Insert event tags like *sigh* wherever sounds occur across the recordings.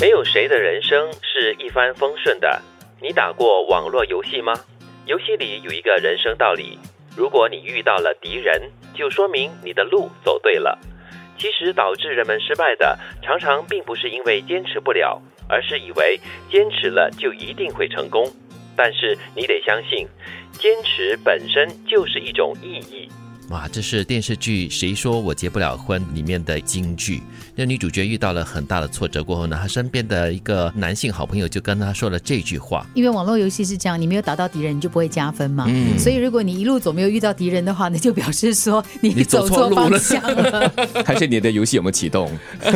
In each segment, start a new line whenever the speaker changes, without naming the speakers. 没有谁的人生是一帆风顺的。你打过网络游戏吗？游戏里有一个人生道理：如果你遇到了敌人，就说明你的路走对了。其实导致人们失败的，常常并不是因为坚持不了，而是以为坚持了就一定会成功。但是你得相信，坚持本身就是一种意义。
哇，这是电视剧《谁说我结不了婚》里面的金句。那女主角遇到了很大的挫折过后呢，她身边的一个男性好朋友就跟她说了这句话。
因为网络游戏是这样，你没有打到敌人，你就不会加分嘛。
嗯
所以如果你一路走没有遇到敌人的话，那就表示说 *laughs* 你
你走
走
错
错
路
方
了
向
*laughs*
了。
*laughs* 还是你的游戏有没有启动？
嗯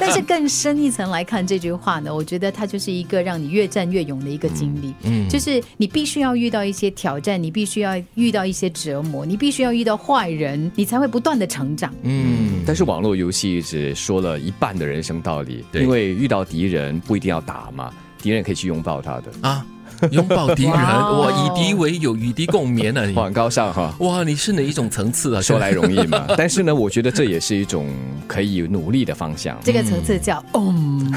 但是更深一层来看这句话呢，我觉得它就是一个让你越战越勇的一个经历。嗯，就是你必须要遇到一些挑战，你必须要遇到一些折磨，你必须要遇到坏人，你才会不断的成长。
嗯，
但是网络游戏只说了一半的人生道理，
对
因为遇到敌人不一定要打嘛，敌人可以去拥抱他的，
啊，拥抱敌人，
哇
哇，
哦
以敌为友，与敌共眠啊！你
哇，很高尚
*laughs*
哈。
哇，你是哪一种层次啊？
说来容易嘛，但是呢，我觉得这也是一种可以努力的方向。
这个层次叫嗯，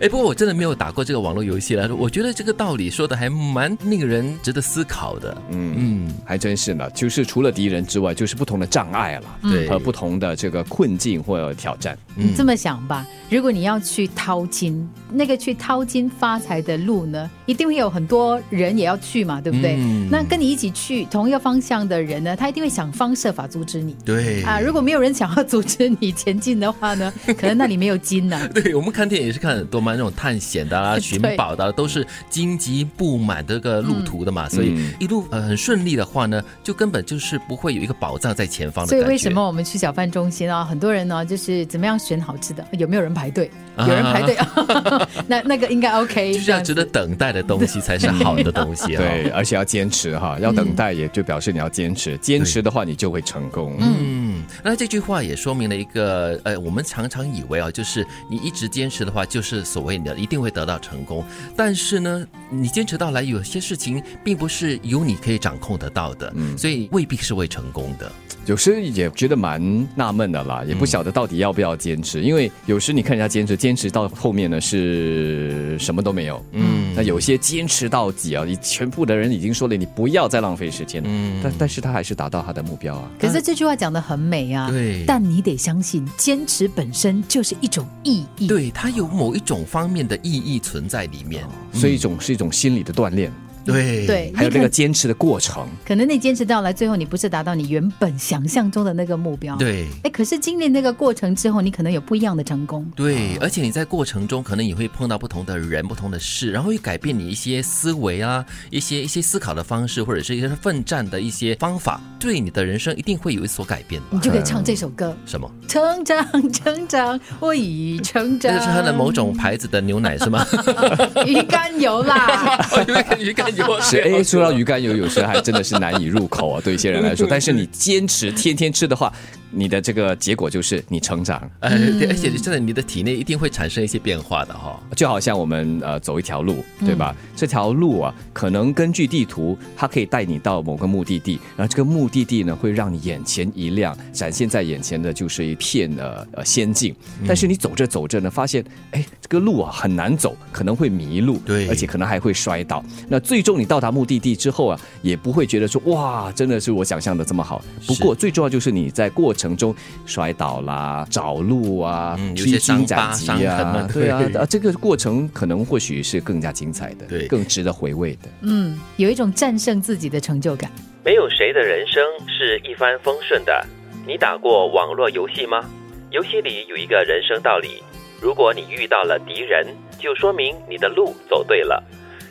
哎，不过我真的没有打过这个网络游戏了。我觉得这个道理说的还蛮令人值得思考的。嗯
还真是呢，就是除了敌人之外，就是不同的障碍了，
嗯
对嗯
和不同的这个困境或挑战。
你这么想吧，如果你要去淘金，那个去淘金发财的路呢，一定会有很多人也要去嘛，对不对？
嗯
那跟你一起去同一个方向的人呢，他一定会想方设法阻止你。
对
啊，如果没有人想要阻止你前进的话呢，可能那里没有金呢、
*laughs* 对我们看电影也是看很多嘛，那种探险的啦、
对
寻宝的啦，啊都是荆棘布满这个路途的嘛，所以
嗯
一路呃很顺利的话呢，就根本就是不会有一个宝藏在前方的
所
感
以
觉。
为什么我们去小贩中心啊，很多人呢就是怎么样选好吃的，有没有人排队？
啊
有人排队， *laughs* 那那个应该 OK，
就是要值得
这样子
等待的东西才是好的东西
*laughs*
啊？
对，而且要坚持哈，要等待也就表示你要坚持，坚持的话你就会成功。
嗯，那这句话也说明了一个，呃，我们常常以为啊，就是你一直坚持的话，就是所谓你的一定会得到成功。但是呢，你坚持到来，有些事情并不是由你可以掌控得到的，所以未必是会成功的。
有时也觉得蛮纳闷的啦，也不晓得到底要不要坚持，因为有时你看人家坚持，坚持到后面呢是什么都没有。嗯，那有些坚持到底啊，你全部的人已经说了，你不要再浪费时间了。嗯，但但是他还是达到他的目标啊。
可是这句话讲的很美啊，
对
但你得相信，坚持本身就是一种意义。，
对，它有某一种方面的意义存在里面。
所以一种是一种心理的锻炼，
对
对，
还有
你
那
可
个坚持的过程。
可能你坚持到来，最后你不是达到你原本想象中的那个目标。，
对
哎，可是经历那个过程之后，你可能有不一样的成功。
对，
啊
而且你在过程中可能也会碰到不同的人、不同的事，然后会改变你一些思维啊、一些一些思考的方式，或者是一些奋战的一些方法，对你的人生一定会有所改变
你
嗯
吧？
就可以唱这首歌，
什么？
成长，成长，我已成
这 *laughs*
长。
个是喝了
*laughs*
某种牌子的牛奶是吗？
*laughs*
鱼肝油啦。
因为鱼肝油
是哎，说到鱼肝油，有时还真的是难以入口啊，对一些人来 *laughs* 说。但是你坚持天天吃的话，你的这个结果就是你成长。
呃，对，而且
嗯
真的，你的体内一定会产生一些变化的哈、
就好像我们呃走一条路，对吧？
嗯
这条路啊，可能根据地图，它可以带你到某个目的地，然后这个目的地呢，会让你眼前一亮，展现在眼前的就是一片呃呃仙境。
嗯
但是你走着走着呢，发现哎，这个路啊很难走，可能会迷路，
对
而且可能还会摔倒。那最终你到达目的地之后啊，也不会觉得说哇，真的是我想象的这么好。不过最重要就是你在过程中摔倒啦、找路啊、
嗯有
披
些伤
荆
疤
斩棘
伤痕啊
啊，对啊
对，
啊，这个过程可能或许是更加精彩的，
对
更值得回味的。
嗯，有一种战胜自己的成就感。
没有谁的人生是一帆风顺的。你打过网络游戏吗？游戏里有一个人生道理：如果你遇到了敌人，就说明你的路走对了。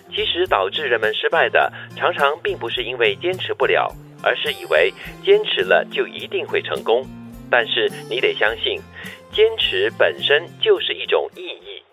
其实导致人们失败的，常常并不是因为坚持不了，而是以为坚持了就一定会成功。但是你得相信，坚持本身就是一种意义。